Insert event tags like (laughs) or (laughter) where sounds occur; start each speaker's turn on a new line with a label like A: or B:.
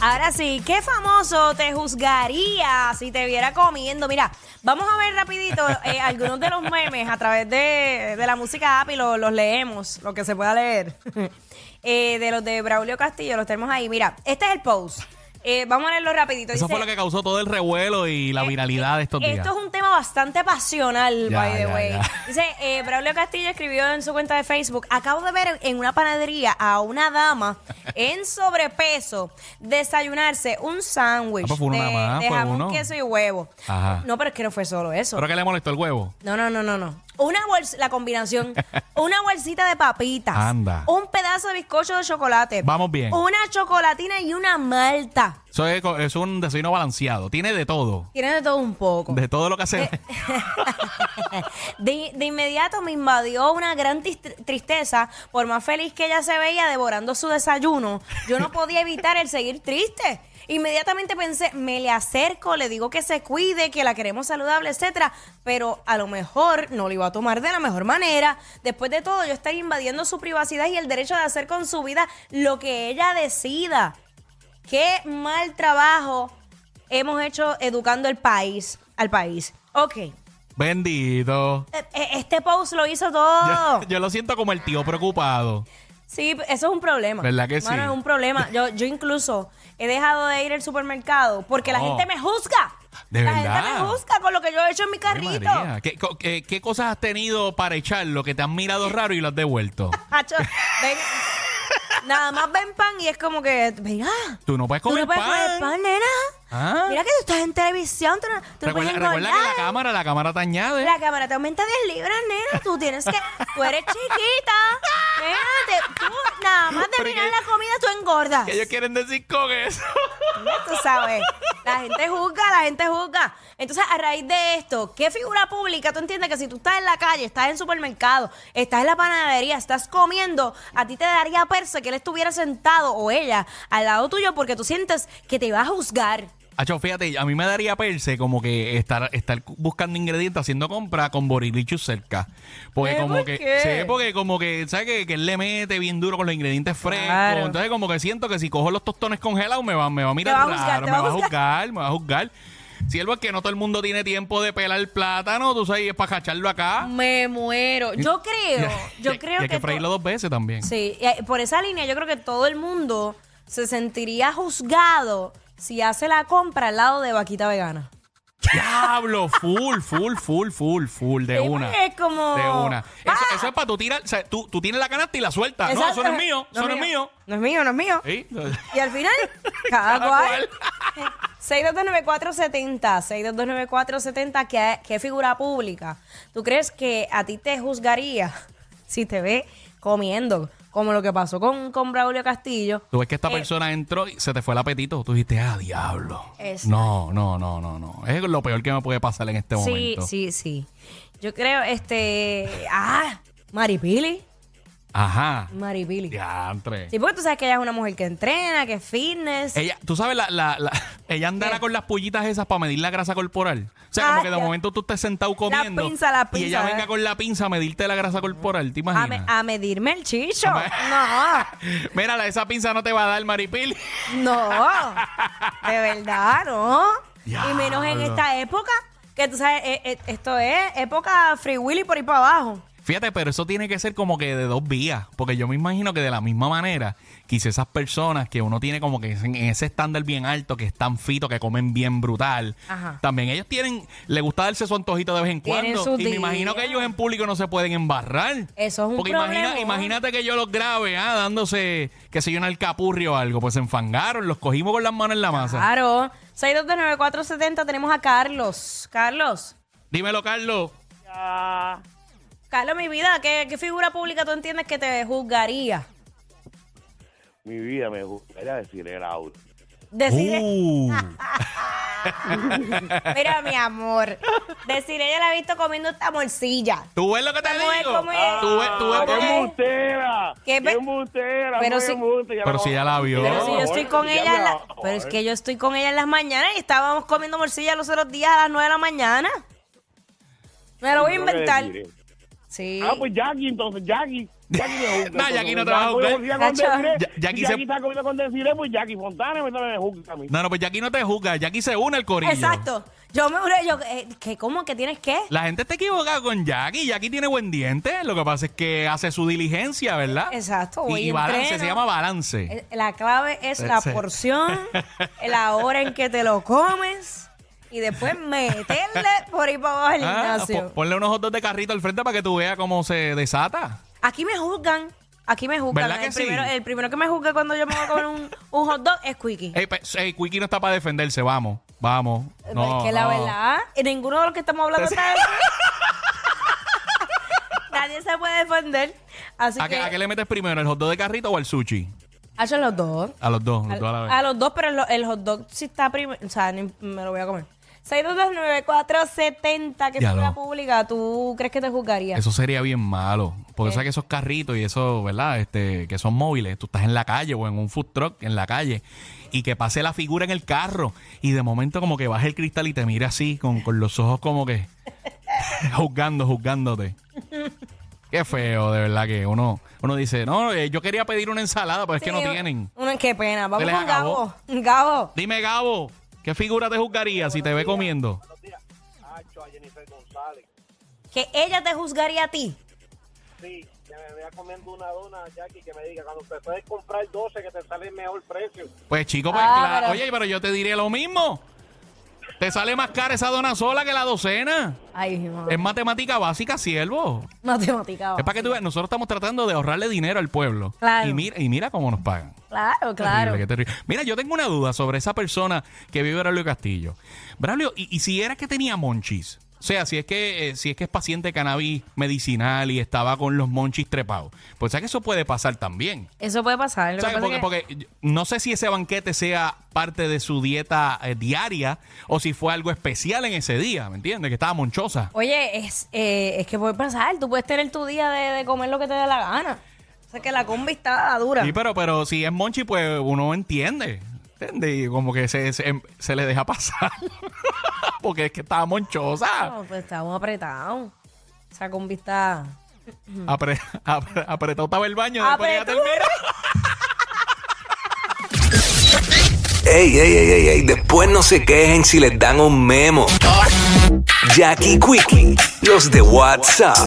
A: Ahora sí, ¿qué famoso te juzgaría si te viera comiendo? Mira, vamos a ver rapidito
B: (laughs)
A: eh, algunos de los memes a través de, de la música app y lo- los leemos, lo que se pueda leer. (laughs) Eh, de los de Braulio Castillo, los tenemos ahí. Mira, este es el post. Eh, vamos a leerlo rapidito.
B: Eso
A: Dice, Eh,
B: fue lo que causó todo el revuelo y la viralidad de estos días.
A: Esto es un tema bastante pasional,
B: Ya,
A: by the
B: ya,
A: way.
B: ya. (laughs)
A: Dice, eh, Braulio Castillo escribió en su cuenta de Facebook, acabo de ver en una panadería a una dama en sobrepeso desayunarse un sándwich
B: Ah, pues fue
A: de,
B: una más,
A: de
B: fue
A: jamón,
B: uno.
A: queso y huevo.
B: Ajá.
A: No, pero es que no fue solo eso.
B: ¿Pero que le molestó el huevo?
A: No, no, no, no, no. Una bolsa, la
B: (laughs)
A: combinación. Una bolsita de papitas.
B: Anda.
A: Un pedazo de bizcocho de chocolate.
B: Vamos bien.
A: Una chocolatina y una malta.
B: Eso es, co- es un desayuno balanceado. Tiene de todo.
A: Tiene de todo un poco.
B: De todo lo que
A: Eh,
B: hace.
A: (laughs) De, de inmediato me invadió una gran tis- tristeza, por más feliz que ella se veía devorando su desayuno, yo no podía evitar el seguir triste. Inmediatamente pensé, me le acerco, le digo que se cuide, que la queremos saludable, etcétera, pero a lo mejor no lo iba a tomar de la mejor manera. Después de todo, yo estoy invadiendo su privacidad y el derecho de hacer con su vida lo que ella decida. Qué mal trabajo hemos hecho educando el país, al país. Ok.
B: (laughs) Bendito.
A: Eh, eh, Este post lo hizo todo.
B: Yo, yo lo siento como el tío preocupado.
A: Sí, eso es un problema.
B: ¿Verdad que
A: Mano,
B: sí?
A: es un problema. Yo, yo incluso he dejado de ir al supermercado porque la
B: No.
A: gente me juzga.
B: Oh. De
A: la
B: verdad.
A: gente me juzga con lo que yo he hecho en mi
B: Ay,
A: carrito.
B: María, ¿Qué, co- qué- qué cosas has tenido para echar lo que te han mirado
A: Eh,
B: raro y lo has devuelto?
A: Hacho, ven. Nada más ven pan y es como que, mira,
B: Tú no puedes
A: tú no
B: comer
A: puedes
B: pan.
A: comer pan, nena.
B: Ah.
A: Mira que tú estás en televisión, tú no, tú no
B: Recuerda,
A: puedes
B: recuerda que la
A: engordar.
B: cámara, la cámara te añade.
A: La cámara te aumenta 10 libras, nena. Tú tienes que. Tú eres chiquita. Nena, te- tú nada más de
B: Pero ¿y
A: mirar
B: qué-
A: la comida, tú engordas.
B: ¿Qué ellos quieren decir con eso? (laughs)
A: Tú sabes. La gente juzga, la gente juzga. Entonces, a raíz de esto, ¿qué figura pública tú entiendes que si tú estás en la calle, estás en el supermercado, estás en la panadería, estás comiendo, a ti te daría perse que él estuviera sentado o ella al lado tuyo porque tú sientes que te va a juzgar?
B: Acho, fíjate, a mí me daría perse como que estar, estar buscando ingredientes, haciendo compra con Borilichus cerca. Porque
A: ¿Eh,
B: como
A: por
B: que.
A: qué?
B: Sí, porque como que, ¿sabes qué? Que él le mete bien duro con los ingredientes frescos.
A: Claro.
B: Entonces, como que siento que si cojo los tostones congelados, me va, me va a mirar
A: va a juzgar,
B: raro,
A: te
B: me
A: va a
B: va a juzgar, me va a juzgar. Siervo, es que no todo el mundo tiene tiempo de pelar plátano, tú sabes, y es para cacharlo acá.
A: Me muero. Yo creo,
B: Y-
A: yo
B: (laughs) y
A: creo
B: hay que,
A: que. to-
B: freírlo dos veces también.
A: Sí, y, eh, por esa línea yo creo que todo el mundo se sentiría juzgado si hace la compra al lado de vaquita vegana.
B: Diablo, full, full, full, full, full, de
A: Sí,
B: una.
A: porque es como-
B: De una. Eso,
A: ¡Ah!
B: eso es para tú tirar. O sea, tú, tú tienes la canasta y la sueltas. Ah, No,
A: Exacto.
B: eso no es mío, eso no es mío.
A: eh, No es mío, no es mío.
B: ¿Sí?
A: Y al final, cada,
B: (laughs) Cada
A: cual.
B: cual.
A: (laughs) 6229470, 6229470, ¿qué, ¿qué figura pública? ¿Tú crees que a ti te juzgaría si te ve comiendo? Como lo que pasó con, con Braulio Castillo.
B: Tú ves que esta persona entró y se te fue el apetito. Tú dijiste, ah, diablo.
A: Exacto.
B: No, no, no, no, no. Es lo peor que me puede pasar en este
A: Sí,
B: momento.
A: sí, sí. Yo creo, este. Ah, Maripili.
B: Ajá.
A: Maripili.
B: Diantre.
A: Sí, porque tú sabes que ella es una mujer que entrena, que es fitness.
B: Ella, tú sabes, la, la, la- ella andará
A: ¿Qué?
B: con las pullitas esas para medir la grasa corporal. O sea,
A: Ah,
B: como que de
A: ya.
B: momento tú estés sentado comiendo.
A: pinza, la
B: Y ella
A: pinza.
B: venga con la pinza a medirte la grasa corporal. ¿Te
A: a,
B: imaginas?
A: me- a medirme el chicho.
B: Mira, la- esa pinza no te va a dar, Maripil.
A: No, no. De verdad, no. Y
B: Diablo.
A: menos en esta época, que tú sabes, eh, eh, esto es época free willy por ahí para abajo.
B: Fíjate, pero eso tiene que ser como que de dos vías, porque yo me imagino que de la misma manera, quizás esas personas que uno tiene como que en en ese estándar bien alto, que están fito, que comen bien brutal,
A: Ajá.
B: también ellos tienen, le gusta darse su antojito de vez en
A: Tienen
B: cuando.
A: sus
B: Y me imagino
A: días.
B: que ellos en público no se pueden embarrar.
A: Eso es un
B: Porque imagina-
A: problemón.
B: imagínate que yo los grabe, ah, dándose, que se yo, un alcapurrio o algo, pues se enfangaron, los cogimos con las manos en la masa.
A: Claro. 6229470 tenemos a Carlos. Carlos.
B: Dímelo, Carlos.
A: Carlos, mi vida, ¿qué, qué figura pública tú entiendes que te juzgaría?
C: Mi vida me gustaría decir el audio.
A: Deciré,
B: Uh,
A: mira, mi amor, deciré, yo la he visto comiendo esta morcilla.
B: ¿Tú ves lo que te
A: ¿Cómo es?
B: digo?
A: ¿Cómo es? Ah,
B: ¿Tú ves, tú ves
A: ¿Cómo
B: cómo-
A: es?
C: embustera!
A: ¿Qué
C: ¡Qué
A: pe-
C: embustera!
A: Pero
C: muy
A: si-
C: embuste, ya
B: Pero
C: no-
B: si ya la vio.
A: Pero si yo
C: No,
A: estoy
C: bueno,
A: con
C: ya
A: ella, en
C: me eh.
A: la-
C: va-
A: pero es que yo estoy con ella en las mañanas y estábamos comiendo morcilla los otros días a las 9 de la mañana. Me lo voy a
C: Creo que
A: inventar.
C: deciré.
A: Sí.
C: Ah, pues Jackie, entonces, Jackie. Jackie me
B: (laughs)
C: juzga.
B: No, Jackie no te
C: entonces,
B: va a juzgar.
C: voy con
A: Cacho.
B: Ya-
C: Desiree. Si
B: Jackie
C: Jackie
B: se-
C: está comiendo con Desiree, pues Jackie Fontana me me juzga a mí.
B: No, no, pues Jackie no te juzga. Jackie se une al corillo.
A: Exacto. Yo me juré, yo, eh, ¿qué, ¿cómo que tienes qué?
B: La gente está equivocada con Jackie. Jackie tiene buen diente. Lo que pasa es que hace su diligencia, ¿verdad?
A: Exacto,
B: Y,
A: voy
B: y
A: y
B: balance,
A: entreno.
B: se llama balance.
A: Eh, La clave es la
B: Sí. (laughs)
A: porción, la hora en que te lo comes y después meterle por ahí para abajo el
B: Ah, po-
A: gimnasio.
B: ponle unos hot dogs de carrito al frente para que tú veas cómo se desata.
A: Aquí me juzgan. Aquí me juzgan.
B: ¿Verdad
A: el,
B: que sí?
A: primero, el primero que me juzga cuando yo me voy a comer un, un hot dog es Quickie.
B: Ey, pe- ey, Quickie no está para defenderse. Vamos, vamos. No,
A: es Pues que la
B: no.
A: verdad, en ninguno de los que estamos hablando está. (laughs) Nadie se puede defender. Así
B: ¿A,
A: que.
B: qué, a qué le metes primero, el hot dog de carrito o el sushi?
A: Hacho los dos.
B: A los dos, los
A: Al-
B: dos a la vez.
A: a los dos, pero el, el hot dog sí está primero. O sea, ni- me lo voy a comer. 6229470, que es
B: Ya
A: la
B: lo.
A: pública, ¿tú crees que te juzgaría?
B: Eso sería bien malo. Porque sabes que esos carritos y eso, ¿verdad? Este, que son móviles. Tú estás en la calle o en un food truck en la calle y que pase la figura en el carro y de momento como que baja el cristal y te mira así con, con los ojos como que (laughs) juzgando, juzgándote. Qué feo, de verdad que uno, uno dice, no, eh, yo quería pedir una ensalada, pero es que no
A: Sí,
B: tienen.
A: Una, qué pena. Vamos
B: les
A: con Gabo.
B: acabó.
A: Gabo.
B: Dime, Gabo, ¿qué figura te juzgaría si te ve comiendo?
C: Hacho, a Jennifer González.
A: Que ella te juzgaría a ti.
C: Sí, que me vea comiendo una dona, Jackie, que me diga, cuando te puedes comprar 12, que te sale el mejor precio.
B: Pues chico, pues
A: Ah,
B: claro.
A: pero-
B: Oye, pero yo te diré lo mismo. Te sale más cara esa dona sola que la docena.
A: Ay, mi madre.
B: Es matemática básica, siervo.
A: Matemática.
B: Es para que tú veas, nosotros estamos tratando de ahorrarle dinero al pueblo.
A: Claro.
B: Y mira, y mira cómo nos pagan.
A: Claro, claro.
B: Terrible, qué terrible. Mira, yo tengo una duda sobre esa persona que vive Braulio Castillo. Braulio, ¿y, y si era que tenía monchis? O sea, si es que eh, si es que es paciente de cannabis medicinal y estaba con los monchis trepados. Pues sabes que eso puede pasar también.
A: Eso puede pasar. Lo que
B: ¿Sabes?
A: pasa
B: Porque,
A: es que-
B: porque no sé si ese banquete sea parte de su dieta eh, diaria o si fue algo especial en ese día, ¿me entiendes? Que estaba monchosa.
A: Oye, es, eh, es que puede pasar. Tú puedes tener tu día de, de comer lo que te dé la gana. O sea, que la combi está dura.
B: Sí, pero, pero si es monchi, pues uno entiende. ¿Entiendes? Y como que se, se, se le deja pasar. (laughs) Porque es que estaba monchosa.
A: No, pues estamos apretados. Esa combi está...
B: Apre- apre- apretado estaba el baño después que ya
A: Apretado.
B: termina.
D: Ey, ey, ey, ey, ey, después no se quejen si les dan un memo. Jackie Quickie, los de WhatsApp.